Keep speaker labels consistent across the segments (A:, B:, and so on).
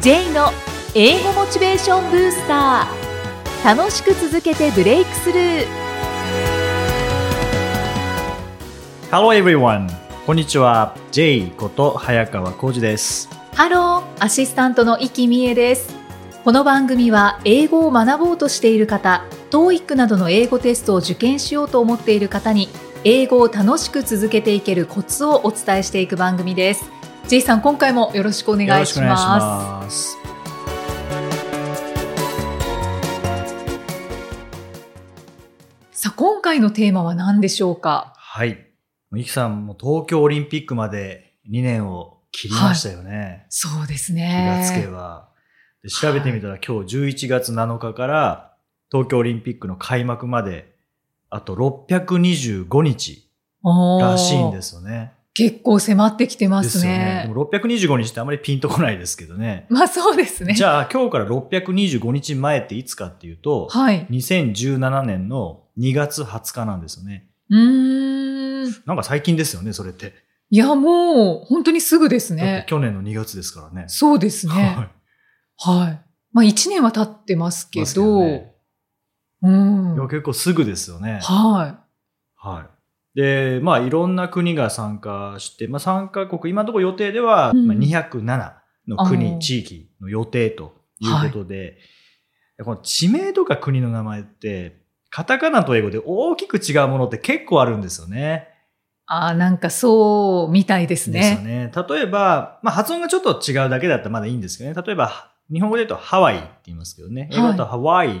A: J の英語モチベーションブースター楽しく続けてブレイクスルー
B: Hello everyone! こんにちは。J こと早川浩二です。
A: ハローアシスタントの生きみえですこの番組は英語を学ぼうとしている方 TOEIC などの英語テストを受験しようと思っている方に英語を楽しく続けていけるコツをお伝えしていく番組です J さん今回もよろしくお願いします
B: ます。
A: さあ今回のテーマは何でしょうか
B: はい。ゆきさんも東京オリンピックまで2年を切りましたよね。
A: そうです
B: 気
A: ね
B: がつけば。で調べてみたら今日11月7日から東京オリンピックの開幕まであと625日
A: おー
B: らしいんですよね。
A: 結構迫ってきてま
B: ですすよね。
A: ね。
B: でも625日ってあまりピンとこないですけどね。
A: まあそうですね。
B: じゃあ今日から625日前っていつかっていうと、
A: はい。
B: 2017年の2月20日なんですよね。
A: うーん。
B: なんか最近ですよね、それって。
A: いや、もう、本当にすぐです
B: だって
A: ね。
B: 去年の2月ですからね。
A: そうです
B: は
A: ね。
B: い
A: はい。まあ一年は経ってますけ
B: ます
A: ど、
B: よね
A: う
B: い
A: ん。
B: や
A: はい。
B: 結構すぐですよね。はい。で、まあいろんな国が参加して、まあ参加国、今のところ予定では、
A: うん
B: まあ207の
A: あー
B: 国、地域の予定ということで、この地名とか国の名前って、カタカナと英語で大きく違うものって結構あるんですよね。
A: ああ、なんかそう、みたいです
B: ですよ
A: ね。
B: ね。例えば、まあ発音がちょっと違うだけだったらまだいいんですけどね。例えば、日本語で言うとハワイって言いますけどね。
A: はい
B: 英語だとハワイっ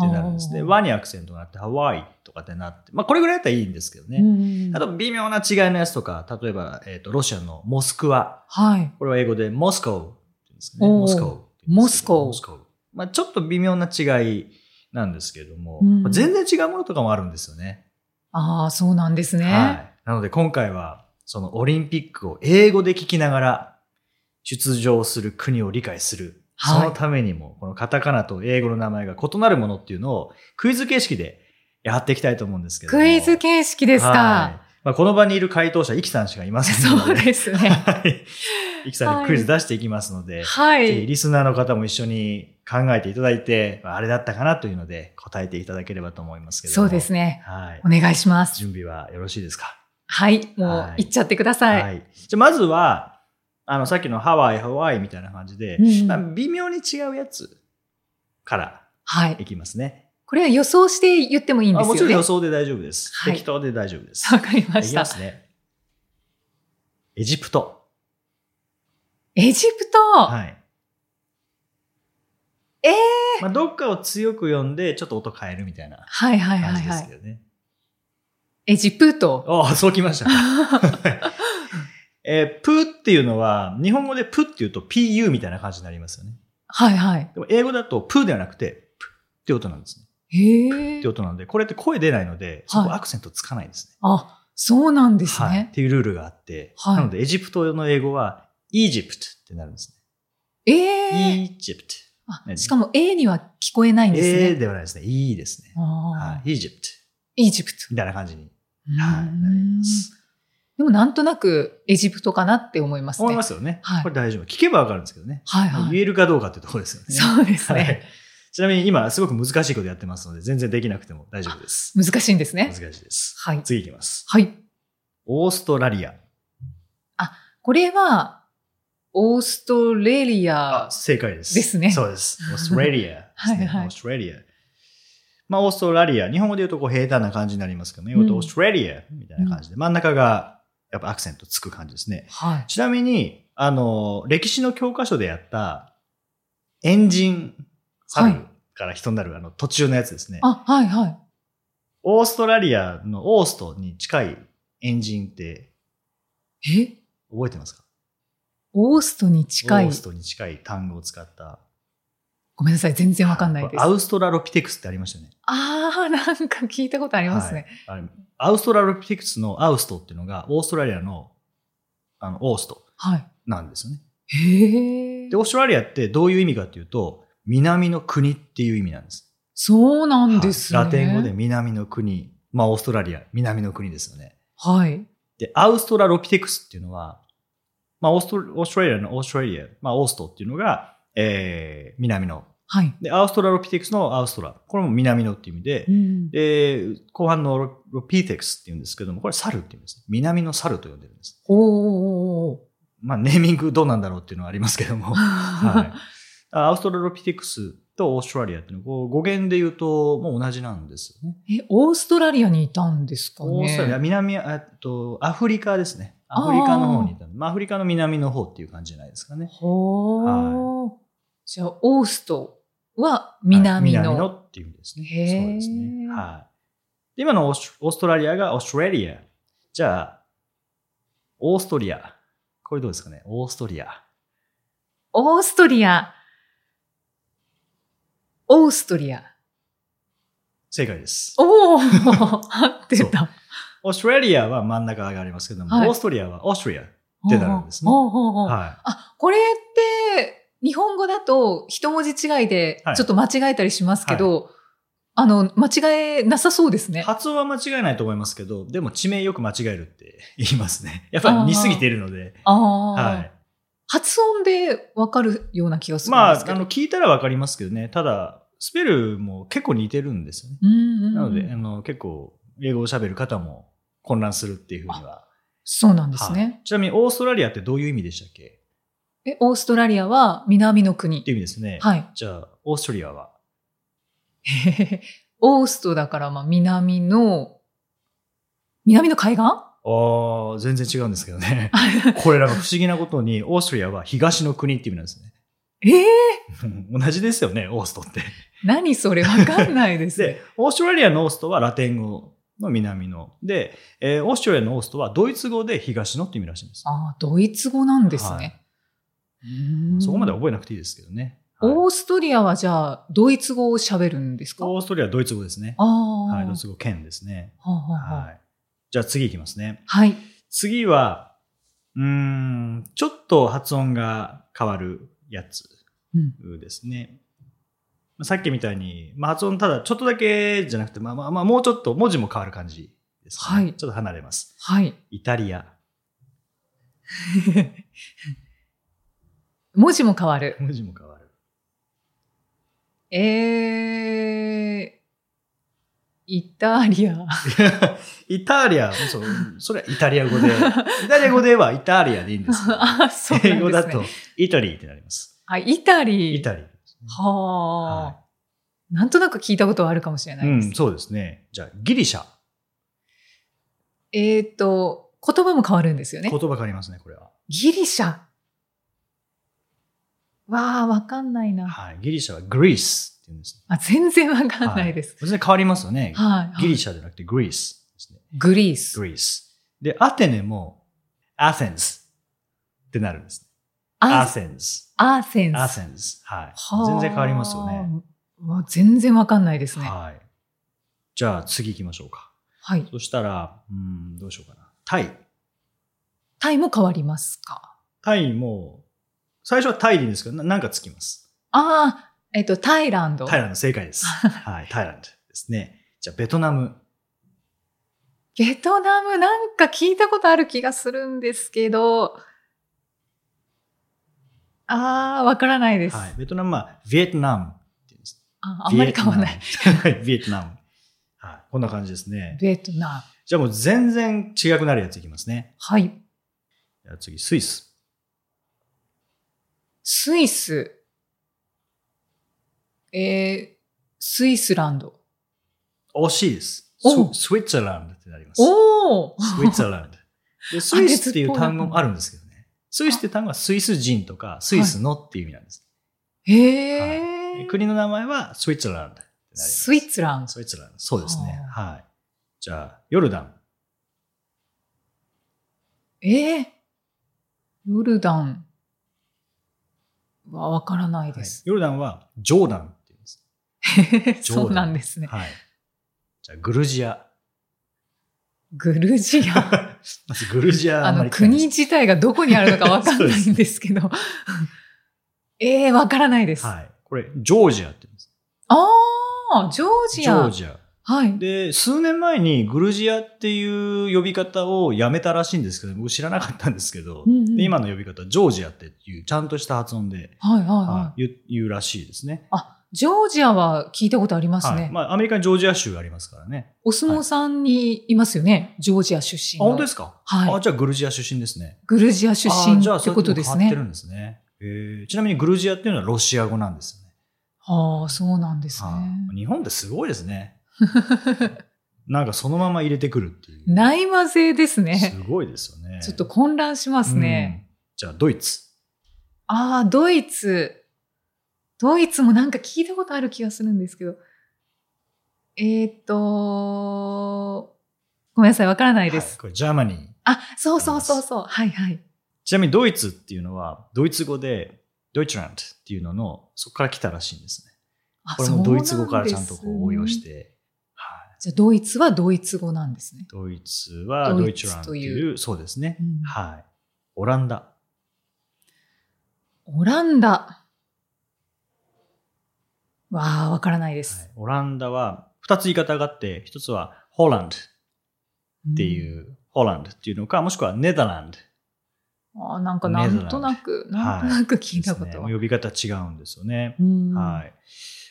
B: てなるんですね。
A: あー
B: ワにアクセントがあってハワイとかってなって。まあこれぐらいだったらいいんですけどね。
A: うん
B: あと微妙な違いのやつとか、例えば、えっ、と、ロシアのモスクワ。
A: はい。
B: これは英語でモスコウって言うんですけど
A: おー
B: ね。モスコウって言うんですけど。
A: モ
B: モ
A: ス
B: スコウ。まあちょっと微妙な違いなんですけれども、
A: うん
B: まあ全然違うものとかもあるんですよね。
A: ああ、そうなんですね。
B: はい。なので今回は、そのオリンピックを英語で聞きながら、出場する国を理解する。
A: はい
B: そのためにも、このカタカナと英語の名前が異なるものっていうのを、クイズ形式でやっていきたいと思うんですけども。
A: クイズ形式です
B: はい
A: か。
B: まあ、この場にいる回答者、イキさんしかいませんの
A: そ
B: で。
A: うですね。
B: はい。イキさんにクイズ出していきますので、
A: は
B: ぜひ
A: い。
B: リスナーの方も一緒に考えていただいて、まああれだったかなというので答えていただければと思いますけれど
A: そ
B: も。
A: うです
B: ね。
A: ね。
B: はい
A: お。願いします。
B: 準備はよろしいですか
A: はい。も
B: は
A: う、
B: い
A: 行っちゃってください。
B: じゃあまずは、あの、さっきのハワイ、ハワイみたいな感じで、
A: うん
B: まあ、微妙に違うやつから
A: はい
B: い。きますね。
A: これは予想して言ってもいいんで
B: あ
A: すよね。
B: もちろん予想で大丈夫です。
A: はい
B: 適当で大丈夫です。
A: わかりま
B: い
A: し
B: き
A: た
B: ま。すね。エジプト。
A: エジプト、
B: はい。
A: ええ
B: まあ、どっかを強く読んで、ちょっと音変えるみたいな
A: はいはい
B: 感
A: はい
B: じで
A: は
B: す
A: い。
B: けどね。
A: エジプ ト。
B: ああ、そうき ました。えープーっていうのは、日本語でプっていうと pu みたいな感じになりますよね。
A: はいはい。
B: でも英語だとプーではなくて、プって音なんですね。
A: へ
B: っ
A: え
B: て。音なんで、これって声出ないので、そこアクセントつかないんですね。
A: あ、そうなんです
B: はい。っ
A: ね。
B: ていうルールがあって、
A: はい
B: なのでエジプトの英語は、イージプトってなるんです
A: ええ
B: ね。イージプト。
A: あ
B: 何
A: しかも A には聞こえないんですね。
B: えーではないですね。いいですね。
A: あ
B: は
A: ー
B: い。イージプト。
A: エジプト。
B: みたいな感じに。
A: う
B: はい。
A: ん
B: なります。
A: でもなんとなくエジプトかなって思いますね。
B: 思いますよね。
A: はい
B: これ大丈夫。聞けばわかるんですけどね。
A: はいはい。
B: 言えるかどうかってところですよね。
A: そうです
B: は
A: ね
B: い。ちなみに今すごく難しいことやってますので、全然できなくても大丈夫です。
A: 難しいんです
B: 難
A: ね
B: し。いです。
A: はい。
B: 次いきます。
A: はい。
B: オーストラリア。
A: これは、オーストラリア。
B: 正解です。
A: ですね
B: そう です。オーストラリアですね。
A: はいはい
B: オーストラリア。まあ、オーストラリア。日本語で言うとこう平坦な感じになりますけどね。言うと
A: うん
B: オーストラリアみたいな感じで、真ん中がやっぱアクセントつく感じですね。
A: はい。
B: ちなみに、あの、歴史の教科書でやった、エンジンサ
A: は
B: ルから人になるあの途中のやつですね。
A: あ、はいはい。
B: オーストラリアのオーストに近いエンジンって
A: え
B: 覚えてますか
A: オーストに近
B: オ
A: い
B: ース。トに近い単語を使った。
A: ごめんなさい、全然わかんないです。
B: ア
A: あ
B: ウストラロピテクスってありましたよね。
A: あー、なんか聞いたことありますね。
B: はい、あれアウストラロピテクスのアウストっていうのが、オーストラリアのあのオースト
A: はい。
B: なんですよね。
A: へえ
B: で、。オーストラリアってどういう意味かっていうと、南の国っていう意味なんです。
A: そうなんですね。
B: はいラテン語で。南の国。まあ、オーストラリア、南の国ですよね。
A: はい。
B: で、アウストラロピテクスっていうのは、まあ、オーストオーストラリアのオーストラリア、まあ、オーストっていうのが、えー南の。
A: はい。
B: で、アウストラロピテクスのアウストラ。これも南のっていう意味で
A: う、ん。
B: で、後半のロロピテクスっていうんですけども、これ猿っていうんです。南の猿と呼んでるんです。
A: おーおーおーお
B: まあ、ネーミングどうなんだろうっていうのはありますけど
A: ー。
B: も。はい。
A: は
B: アウストラロピテクスとオーストラリアっていうのは、こう語源で言うと、もう同じなんですよね。
A: い。え、オーストラリアにいたんですかね。
B: オーストラリア、南、えっと、アフリカですね。アフリカの方にいたまあ、アフリカの南の方っていう感じじゃないですかね。
A: ほー。じゃあ、オーストは南の。
B: はい南のっていう意味ですね。
A: へー
B: そうですね。はい。で今のオースオーストラリアがオーストラリア。じゃあ、オーストリア。これどうですかねオーストリア。
A: オーストリア。オーストリア。
B: 正解です。
A: おお 合ってた。
B: オーストラリアは真ん中がありますけども、
A: はい
B: オーストリアはオーストリア。ってなるんですね
A: ほうほうほう
B: は
A: あ、これって、日本語だと一文字違いで
B: はい
A: ちょっと間違えたりしますけど、あの、間違えなさそうです
B: い。
A: ね。
B: 発音は間違えないと思いますけど、でも地名よく間違えるって言いますね。 やっぱり似すぎているので。
A: ああ、
B: はい。
A: 発音でわかるような気がする
B: ま
A: ん
B: あ、
A: ですけ
B: あ
A: ど。
B: の、聞いたらわかりますけどね。ただ、スペルも結構似てるんですよね。
A: うんうんうん
B: なので、あの、結構、英語を喋る方も混乱するっていうふうには。
A: そうなんです
B: はい
A: ね。
B: ちなみに、オーストラリアってどういう意味でしたっけ
A: え、オーストラリアは南の国
B: って。いう意味ですね。
A: はい。
B: じゃあ、オーストリアは、
A: へへへオーストだから、まあ、南の、南の海岸
B: ああ、全然違うんですけどね。 これらが不思議なことに、オーストリアは東の国っていう意味なんですね。
A: ええ
B: 同じですよね、オーストって。
A: 何それわかんないです。
B: で、オーストラリアのオーストはラテン語の南の。で、えーオーストラリアのオーストはドイツ語で東のって意味らしいんです。
A: ああ、ドイツ語なんですね。うー
B: は
A: ん
B: いそこまで覚えなくていいですけどね。はい
A: オーストリアはじゃあ、ドイツ語を喋るんですか
B: オーストリアはドイツ語ですね。
A: ああ、
B: はい、ド
A: は
B: イツ語圏ですね。
A: あはあはあ
B: はい。じゃあ次いきますね。
A: はい。
B: 次は、うーん、ちょっと発音が変わるやつ
A: うん
B: ですね。まあさっきみたいに、まあ、発音ただちょっとだけじゃなくて、まあまあまあ、もうちょっと文字も変わる感じです、ね。
A: はい
B: ちょっと離れます。
A: はい。
B: イタリア。
A: 文字も変わる。
B: 文字も変わる。
A: えー、イタリア。
B: イタリア、そうそれはイタリ ア語で。イタリア語ではイタリアでいいんですけど、
A: あ、そうなんですね。
B: 英語だと。イタリーってなります。
A: あ、イタリー。
B: イタリーですね。
A: はあ、
B: はい
A: なんとなく聞いたことはあるかもしれな
B: う
A: いです。
B: ん、そうですね。じゃあ、ギリシャ。
A: えっ、と、言葉も変わるんですよね
B: 言。葉変わりますね、これは。
A: ギリシャ。わあ、わかんないな。
B: はい。ギリシャはグリースって言うんです、
A: あ、全然わかんないです。
B: 全然変わりますよね。
A: はい。
B: ギリシャじゃなくてグリースですね。
A: グリース。
B: グリース。で、アテネも、アセンスってなるんです。ア
A: ア
B: センス。
A: アーセンス。
B: アセンス。はい
A: は。あ
B: 全然変わりますよね。。
A: わ全然わかんないですね。
B: はい。じゃあ、次行きましょうか。
A: はい。
B: そしたら、うん、どうしようかな。タイ。
A: タイも変わりますか
B: タイも、最初はタイでいいんですけど、ななんかつきます。
A: ああ、えっ、と、タイランド。
B: タイランド正 解です。はい、タイランドですね。じゃあ、ベトナム。
A: ベトナムなんか聞いたことある気がするんですけど、ああ、わからないです。
B: はい、ベトナムは、ビエトナムって言うんです。
A: ああんまり変わらない。
B: い。ビエトナム。 はい。こんな感じですね。
A: ベトナム。
B: じゃあもう全然違くなるやついきますね。
A: はい。
B: じゃあ次、スイス。
A: スイス。えー、スイスランド。
B: 惜しいです。ス
A: お
B: スイッツァランドってなります。ス
A: おお
B: イッツァランド。 で、スイスっていう
A: あれずっと
B: 単語もあるんですけどね。スイスって単語はスイス人とかスイスのっていう意味なんです。
A: へえ、
B: で国の名前はスイッツァランドってなります。
A: スイッツランド。
B: スイッツァランド。そうですね。
A: は
B: はい。じゃあ、ヨルダン。
A: えー、ヨルダンはわからないです。
B: ヨルダンはジョーダンって言うんです。
A: そうなんですね。
B: はい。じゃあ、グルジア。
A: グルジア。
B: まずグルジアは
A: あ
B: ん
A: の、
B: まり聞かない
A: 国自体がどこにあるのかわかんないんですけど。ええー、わからないです。
B: はい。これ、ジョージアって言うんです。
A: ああ、ジョー
B: ジ
A: ジア。
B: ョージア。
A: はい。
B: で、数年前にグルジアっていう呼び方をやめたらしいんですけど、僕知らなかったんですけど、
A: うんうん
B: で今の呼び方、ジョージアっていう、ちゃんとした発音で、
A: はいはいは。
B: はいい言う言うらしいですね。
A: あ、ジョージアは聞いたことありますね。
B: はいまあ、アメリカにジョージア州がありますからね。
A: お相撲さんにいますよね。ジョージア出身
B: あ、
A: の。
B: 本当ですか、
A: は
B: あ、
A: い。
B: じゃあグルジア出身ですね。
A: グルジア出
B: あ
A: 身
B: じゃあ
A: ってことです
B: そうやって変わってる
A: ね。
B: んですね。えーちなみにグルジアっていうのはロシア語なんですよね。
A: ああ、そうなんですね。
B: はい日本ってすごいですね。 なんかそのまま入れてくるっていう。
A: 内魔勢です
B: す
A: ね。
B: ごいですよね。
A: ちょっと混乱しますね。
B: うん。じゃあドイツ。
A: ああ、ドイツ。ドイツもなんか聞いたことある気がするんですけど。えーっと、ごめんなさい、わからないで
B: は
A: す。
B: これジャーマニー。
A: あ、そうそうそうそう。はいはい。
B: ちなみにドイツっていうのは、ドイツ語で、ドイツランドっていうのの、そこから来たらしいんですね。
A: あ
B: これもドイツ語からちゃんとこう応用し。
A: そうなんですね
B: て、はい
A: じゃあ、ドイツはドイツ語なんですね。
B: ドイツはドイツランドと
A: ドイツと
B: いう、そうですね
A: う。ん
B: はい。オランダ。
A: オランダ。わあ、わからないで
B: は
A: す。
B: いオランダは、二つ言い方があって、一つは、ホランドって
A: うん。
B: いう、ホランドっていうのか、もしくはネダランド
A: あーなんか、なんとなく、
B: ネザ
A: なん
B: ランド
A: となく聞い
B: で
A: た
B: す
A: こ
B: ね。
A: と
B: も
A: は。
B: う呼び方違うんですよね。
A: うん
B: はい。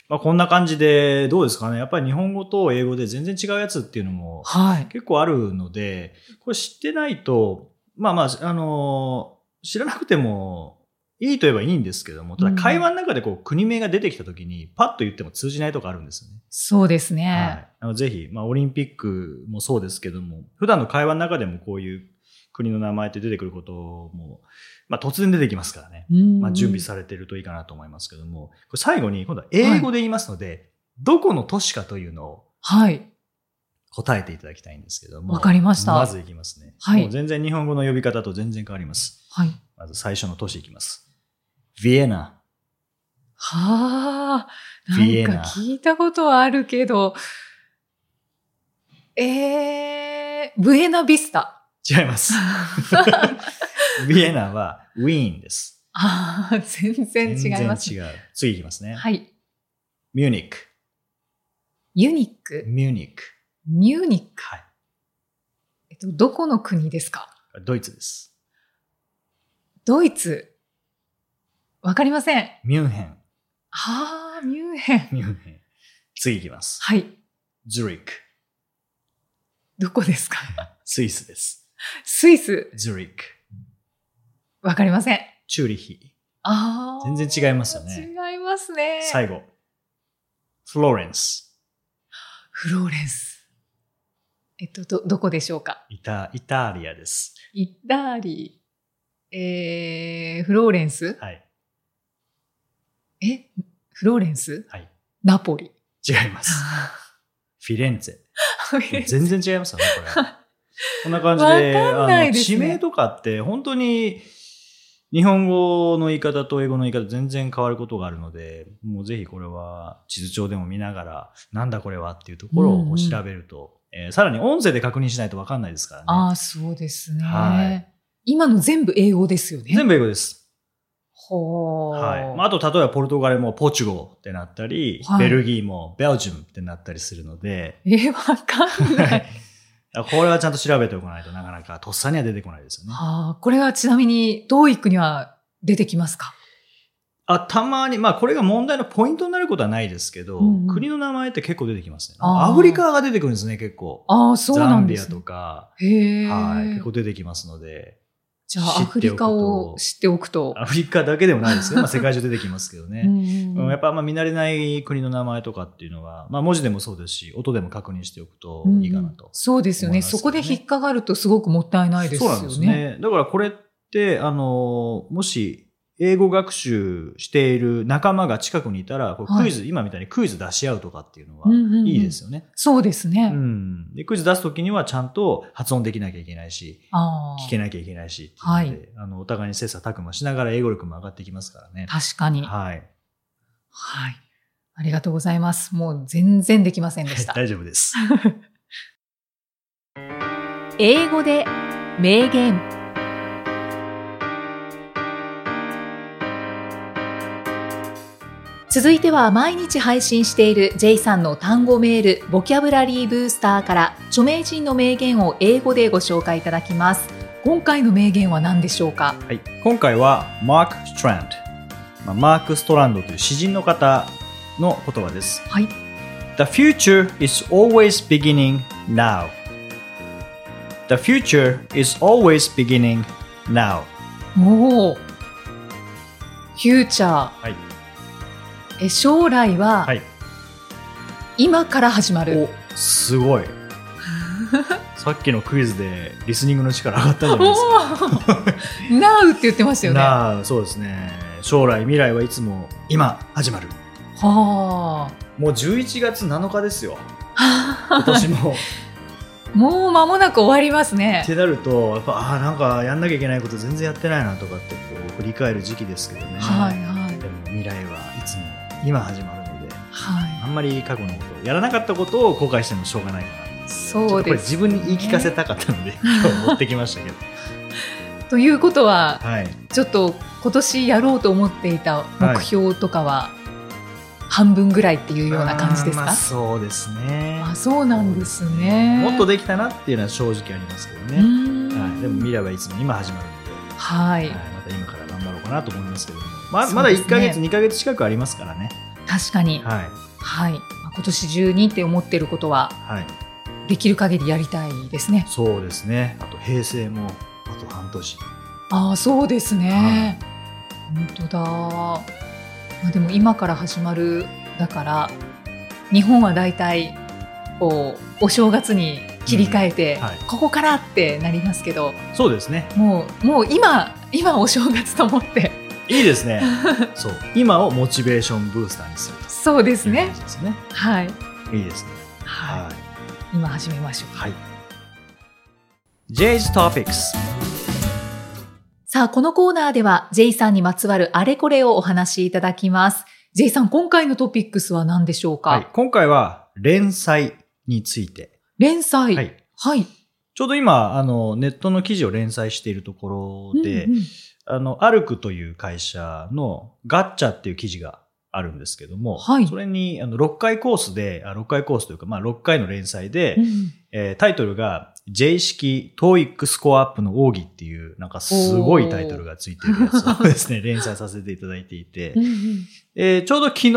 B: まあ、こんな感じで、どうですかね。やっぱり日本語と英語で全然違うやつっていうのも
A: はい。
B: 結構あるので、これ知ってないと、まあまあ、あのー知らなくてもいいといえばいいんですけども、た
A: う
B: だ
A: ん
B: 会話の中でこう国名が出てきた時にパッと言っても通じないとこあるんですよね。
A: そうです
B: は
A: ね。
B: い。あのぜひ、まあオリンピックもそうですけども、普段の会話の中でもこういう国の名前って出てくることも、まあ突然出てきますからね。
A: うん
B: まあ、準備されてるといいかなと思いますけども、これ最後に今度は英語で言いますので、どこの都市かというのを
A: はい。
B: 答えていただきたいんですけども。
A: わかりました
B: まずいきますね。
A: はい
B: もう全然日本語の呼び方と全然変わります。
A: はい。
B: まず最初の都市いきます。ヴィエナ。
A: はあ。な
B: ビエナ
A: んか聞いたことはあるけど、えー、ブエナビスタ。
B: 違 います。ヴィエナはウィーンです。
A: ああ、全然違います。
B: 全然違う。次いきますね。
A: はい。
B: ミューニック。
A: ユニック、
B: ミューニック。
A: ミューニック。
B: はい。
A: えっと、どこの国ですか
B: ドイツです。
A: ドイツ。わかりません。
B: ミュンヘン。
A: はあ、ミュンヘン。
B: ミュンヘン。次いきます。
A: はい。
B: ズリック。
A: どこですか
B: スイスです。
A: スイス。
B: ズリック。
A: わかりません。
B: チューリヒ。
A: ああ。
B: 全然違いますよね
A: 違いますね。
B: 最後。フローレンス。
A: フローレンス。えっと、ど、どこでしょうか
B: イタ、イタリアです。
A: イタリー、えー、フローレンス
B: はい。
A: えフローレンス
B: はい。
A: ナポリ。
B: 違い ます。フィレンツェ。
A: は
B: 全然違いますよね、これ。こんな感じで、
A: わかんない
B: あの、
A: です
B: 地
A: ね
B: 名とかって本当に日本語の言い方と英語の言い方全然変わることがあるので、もうぜひこれは地図帳でも見ながら、なんだこれはっていうところをこう調べると、えーさらに音声で確認しないとわかんないですからね。
A: ああ、そうですね、
B: は
A: 今の全部英語ですよね。
B: 全部英語です。
A: ほー
B: はい。まあ、あと、例えばポルトガルもポチュゴってなったり、
A: はい
B: ベルギーもベルジウムってなったりするので、
A: えー、わかんない。
B: これはちゃんと調べておかないとなかなかとっさには出てこないですよね。
A: ああ、これはちなみに、ドーイックには出てきますか
B: あ、たまに、まあこれが問題のポイントになることはないですけど、
A: うんうん
B: 国の名前って結構出てきますね。
A: あー
B: アフリカが出てくるんですね、結構。
A: ああ、そう
B: ザ
A: なん
B: ンビ
A: で
B: ア
A: す、
B: と
A: ね。
B: か、
A: へえ。
B: はい、結構出てきますので、
A: じゃあ、
B: 知
A: ア
B: ってお
A: フリ
B: くと
A: カを知っておくと。
B: アフリカだけでもないですよ。まあ世界中出てきますけどね。
A: うん
B: うんやっぱあんま見慣れない国の名前とかっていうのは、まあ文字でもそうですし、音でも確認しておくといいかなと。
A: うんそうですよね
B: 思いますけ
A: そ
B: どね
A: こで引っかかるとすごくもったいないですよね。
B: そうなんですね。だからこれって、あの、もし、英語学習している仲間が近くにいたら、これクイズ、今みたいにクイズ出し合うとかっていうのは
A: うんうんうん
B: いいですよね。
A: そうです
B: う
A: ね。
B: ん。で、クイズ出すときにはちゃんと発音できなきゃいけないし、
A: ああ
B: 聞けなきゃいけないし、
A: はい
B: ってうのであの、お互いに切磋琢磨しながら英語力も上がってきますからね。
A: 確かに。
B: はい。
A: はい。ありがとうございます。もう全然できませんでした。
B: 大丈夫です。
A: 英語で名言。続いては毎日配信している J さんの単語メールボキャブラリーブースターから著名人の名言を英語でご紹介いただきます今回の名言は何でしょうか
B: はい、今回はマーク・ストランド、まあ、マーク・ストランドという詩人の方の言葉です
A: はい
B: The future is always beginning now The future is always beginning now
A: おおフューチャー
B: はい、
A: え将来は
B: はい、
A: 今から始まる、
B: おすごいさっきのクイズでリスニングの力上がったじゃないですか
A: おお Now って言ってましたよねは
B: なあそうですね将来未来はいつも今始まる
A: あ
B: もう11月7日ですよ今年 も
A: もう間もなく終わりますね
B: ってなるとやっぱああなんかやんなきゃいけないこと全然やってないなとかってこう振り返る時期ですけどね、
A: はいはい
B: でも未来はいつも今始まるので
A: は
B: あんまり過去のことやらなかったことを後悔してもしょうがないかないちょ
A: そ
B: っ
A: う
B: とこれ
A: です
B: 自分に言い聞かせたかっ たので今日持ってきましたけど
A: ということは
B: はい
A: ちょっと今年やろうと思っていた目標とかは半分ぐらいっていうような感じです
B: あ
A: か
B: ーまあ、そうですね
A: あそうなんですね
B: もっとできたなっていうのは正直ありますけど
A: う
B: ね、
A: ーん
B: はい、でも未来はいつも今始まるので
A: はい
B: はい、また今から頑張ろうかなと思いますけどもま
A: そう
B: まだ
A: ですね
B: 1か月、2か月近くありますからね
A: 確かに、
B: はい
A: はい、まあ今年中にって思ってることは
B: はい
A: できる限りやりたいですね。
B: そうですねあと平成もあと半年
A: ああそうですね。本当だ。まあでも今から始まるだから日本はだいたいこうお正月に切り替えて、
B: うんはい
A: ここからってなりますけど、
B: そうですね
A: もうもう今今お正月と思って
B: いいですね そう今をモチベーションブースターにする
A: そうです
B: という
A: ね
B: 感。じですね
A: はい
B: いいですね
A: は
B: はい
A: い今始めましょう。
B: はい J's Topics
A: さあ、このコーナーでは J さんにまつわるあれこれをお話しいただきます。J さん、今回のトピックスは何でしょうか、
B: はい今回は連載について
A: 連載。
B: は
A: はい。
B: いちょうど今あのネットの記事を連載しているところで、
A: うんうん
B: あの、アルクという会社のガッチャっていう記事があるんですけども、
A: はい
B: それにあの6回コースで、あ6回コースというか、まあ、6回の連載で、
A: うん
B: えータイトルが J 式 TOEIC スコアアップの奥義っていう、なんかすごいタイトルがついてるやつをですね、 連載させていただいていて
A: う、んうん
B: えーちょうど昨日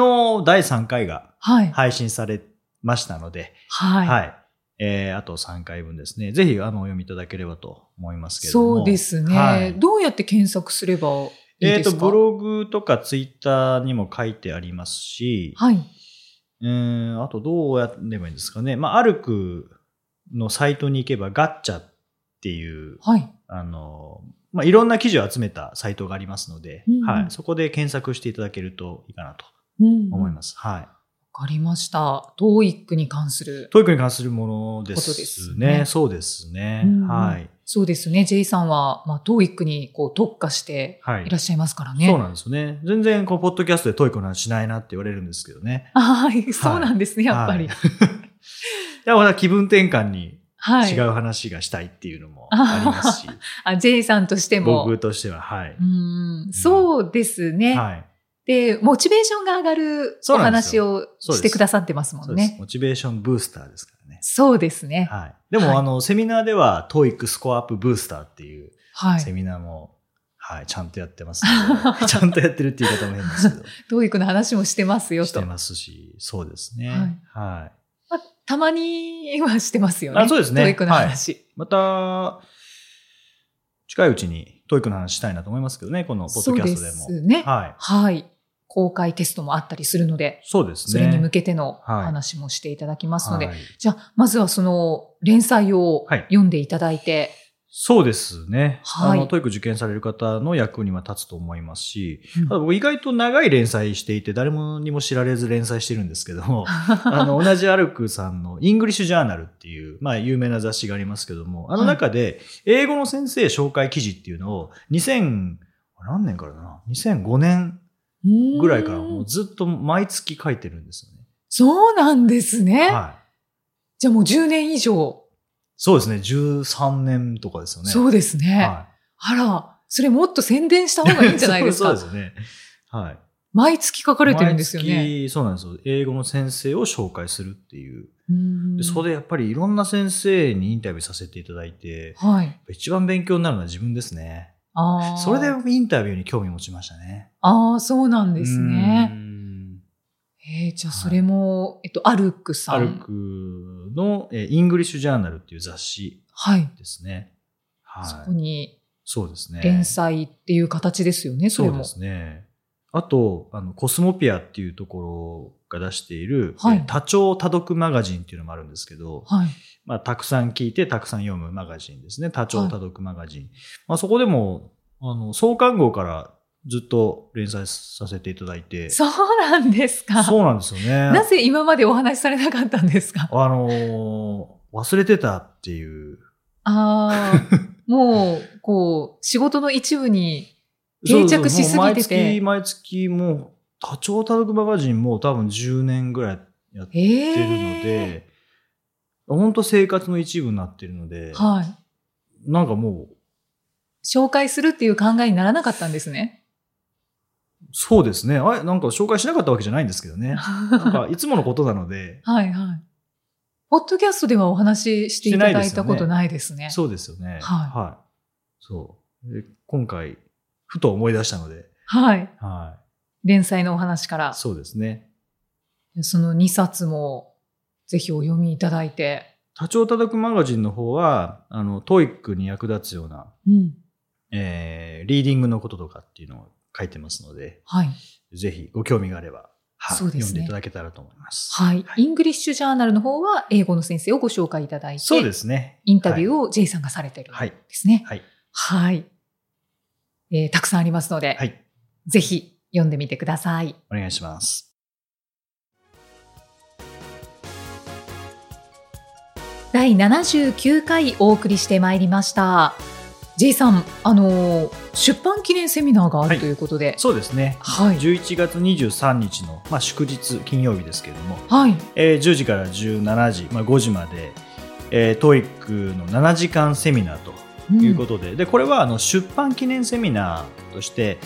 B: 第3回が
A: はい。
B: 配信されましたので、
A: はい。
B: はい。えーあと3回分ですね。ぜひ、あの、お読みいただければと思いますけれども。
A: そうですね、
B: はい
A: どうやって検索すればいい
B: えっ、
A: です
B: と、
A: か、
B: ブログとかツイッターにも書いてありますし、
A: はい。
B: うーん、あとどうやればいいんですかね。まあ、アルクのサイトに行けばガッチャっていう、
A: はい。
B: あの、まあ、いろんな記事を集めたサイトがありますので、
A: うん
B: はい。そこで検索していただけるといいかなと
A: うん
B: 思い
A: す。
B: ます。はい。
A: わかりました。トーイックに関する。
B: トイックに関するもので
A: ことです
B: すね。
A: ね
B: そうですね。
A: うん
B: はい。
A: そうですね。J さんは、まあ、トーイックにこう特化して
B: はいい
A: らっ。しゃいますからね。
B: そうなんですよね。全然、こう、ポッドキャストでトイックの話しないなって言われるんですけどね。
A: あーそうなんですね、やっぱり。
B: はい。 でまた気分転換に
A: はい。
B: 違う話がしたいっていうのもありますし、
A: あ、J さんとしても。
B: 僕としては、はい。
A: うん、そうですね、
B: はい。
A: で、モチベーションが上がるお
B: そうなんです
A: 話
B: よ
A: を
B: そ
A: し
B: うです
A: てくださってますも
B: そ
A: ん
B: うです。
A: ね。
B: モチベーションブースターですからね。
A: そうですね。
B: はい。でも、
A: はい
B: あの、セミナーでは、トーイックスコアアップブースターっていう
A: は
B: セ
A: い。
B: ミナーも、はい、ちゃんとやってますの でちゃんとやってるっていう言い方も変ですけ
A: 教育の話もしてます
B: ど、
A: よ
B: して
A: と。
B: ますし、そうですね。
A: は
B: はいい。
A: たまにはしてますよね。
B: あそうですね
A: 教育の話。
B: また、近いうちにトーイックの話したいなと思いますけどね、このポッ
A: そう
B: ドキャ
A: で
B: ストでも。
A: すね、はい。
B: はい。
A: 公開テストもあったりするので、
B: そうですね。
A: それに向けての
B: はい
A: 話もしていただきますので、
B: はい
A: じゃあ、まずはその連載を
B: はい
A: 読んでいただいて、
B: そうですね。
A: はい
B: あの、トイック受験される方の役には立つと思いますし、
A: うん
B: あ と僕意外と長い連載していて、誰もにも知られず連載してるんですけ ども、あの、同じアルクさんのイングリッシュジャーナルっていう、まあ、有名な雑誌がありますけども、あの中で、英語の先生紹介記事っていうのを、2000、何年からだな ?2005 年ぐらいから
A: う
B: もうんずっと毎月書いてるんですよね。
A: そうなんですね。
B: はい。
A: じゃあもう10年以上。
B: そうですね。13年とかですよね。
A: そうですね。
B: は
A: あら、それもっと宣伝した方
B: い
A: がいいんじゃないですか。
B: そうそうですね。はい。
A: 毎月書かれてるんですよね。
B: 毎月そうなんですよ。英語の先生を紹介するっていう。
A: うん
B: でそれでやっぱりいろんな先生にインタビューさせていただいて、
A: はい。
B: 一番勉強になるのは自分ですね。
A: あー
B: それでインタビューに興味持ちましたね。
A: ああ、そうなんですね。
B: うん。
A: えー、じゃあそれも、えっと、アルックさん。
B: アルクの、えーイングリッシュジャーナルっていう雑誌
A: はい。
B: ですね。
A: そ
B: は
A: こ
B: い。
A: に
B: そうですね。
A: 連載っていう形ですよね、そ
B: そ
A: れ
B: う
A: も。
B: ですね。あと、あの、コスモピアっていうところが出している、
A: はい
B: えー多聴多読マガジンっていうのもあるんですけど、
A: はい。
B: まあ、たくさん聞いて、たくさん読むマガジンですね。多
A: は
B: 聴
A: い
B: 多読マガジン。まあ、そこでも、あの、創刊号からずっと連載させていただいて。
A: そうなんですか。
B: そうなんですよね。
A: なぜ今までお話しされなかったんですか
B: あのー忘れてたっていう。
A: ああ、 もう、こう、仕事の一部に、定着しすぎてて
B: もう毎月、毎月もう、多聴多読マガジンも多分10年ぐらいやって
A: ええ
B: るので、本当生活の一部になってるので、
A: はい。
B: なんかもう、
A: 紹介するっていう考えにならなかったんですね。
B: そうですね。あれ、なんか紹介しなかったわけじゃないんですけど ね。なん
A: は
B: かいつものことなので、
A: いはい。ポッドキャストではお話ししていただいたことないですね。
B: そうですよね。
A: はい
B: そう。で今回、ふと思い出したので、
A: はい。
B: は
A: 連載のお話から
B: い。。そうですね。
A: その2冊もぜひお読みいただいて。
B: 多聴多読マガジンの方は、あの、トイックに役立つような、
A: うん。
B: えーリーディングのこととかっていうのを書いてますので、
A: はい。
B: ぜひご興味があれば、はい
A: そうですね
B: 読んでいただけたらと思います。
A: はい。イングリッシュジャーナルの方は英語の先生をご紹介いただいて、
B: そうですね。
A: インタビュー
B: を。
A: を J さんがされてるん
B: はい。
A: ですね。
B: はい。
A: はい。えーたくさんありますので、
B: はい。
A: ぜひ読んでみてください。
B: お願いします。
A: 第79回お送りしてまいりました。J さん、あのー出版記念セミナーがあ
B: は
A: る
B: い
A: ということで、
B: そうですね。
A: はい
B: 11月23日の、まあ、祝日金曜日ですけれども、
A: はい。
B: えー10時から17時、まあ、5時まで、えー、トイックの7時間セミナーと
A: うん
B: いうことで、でこれはあの出版記念セミナーとして、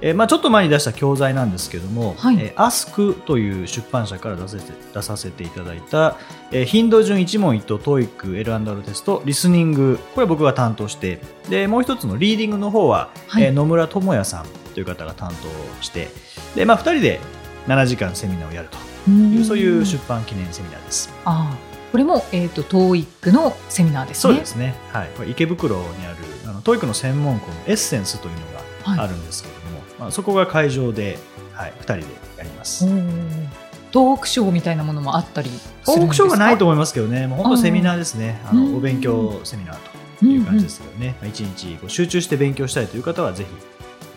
B: えーまあ、ちょっと前に出した教材なんですけども、
A: はい
B: えーアスクという出版社から出せて出させていただいた、えー頻度順一問一答、トイック、L&R テスト、リスニング、これ僕が担当して、でもう一つのリーディングの方は、
A: はい
B: えー野村智也さんという方が担当して、でまあ、2人で7時間セミナーをやるという、そういう出版記念セミナーです。
A: あーこれも、えっ、と、TOEIC のセミナーです
B: そう
A: ね
B: で。すね、はい、これ池袋にあるあのトイックの専門校のエッセンスというの
A: はい
B: があるんですけれども、まあ、そこが会場で、はい、2人でやります。
A: おートークショーみたいなものもあったり
B: オークションがないと
A: 思
B: 思いますけどね、もう本当セミナーですね、あ
A: うん
B: のお勉強セミナーという感じですけどね、まあ一日こう集中して勉強したいという方は、ぜひ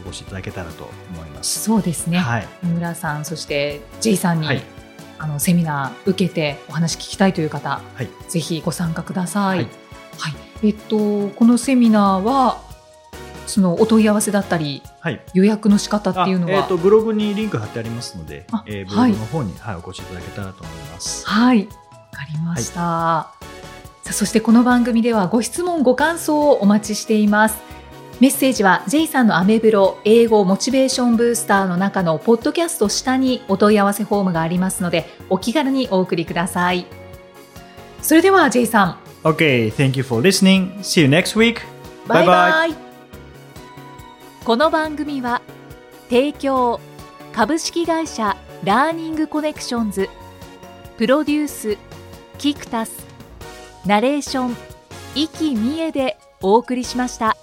B: お越しいただけたらと思います。
A: そうですね、
B: はい、
A: 野村さんそして J さんに、
B: はい
A: あのセミナー受けてお話聞きたいという方、
B: はい
A: ぜひご参加ください、は
B: はいい
A: えっと、このセミナーはそのお問い合わせだったり
B: はい
A: 予約の仕方っていうの
B: あえ
A: は、
B: ーとブログにリンク貼ってありますので
A: あ、
B: えーブログの方に、はいお越しいただけたらと思います。
A: はい、わかりました。さあ、そしてこの番組ではご質問、ご感想をお待ちしています。メッセージは J さんのアメブロ英語モチベーションブースターの中のポッドキャスト下にお問い合わせフォームがありますのでお気軽にお送りください。それでは J さん、
B: Okay, thank you for listening. See you next week.
A: バイバイ。
B: バ
C: この番組は提供株式会社ラーニングコネクションズプロデュースキクタスナレーション生きみえでお送りしました。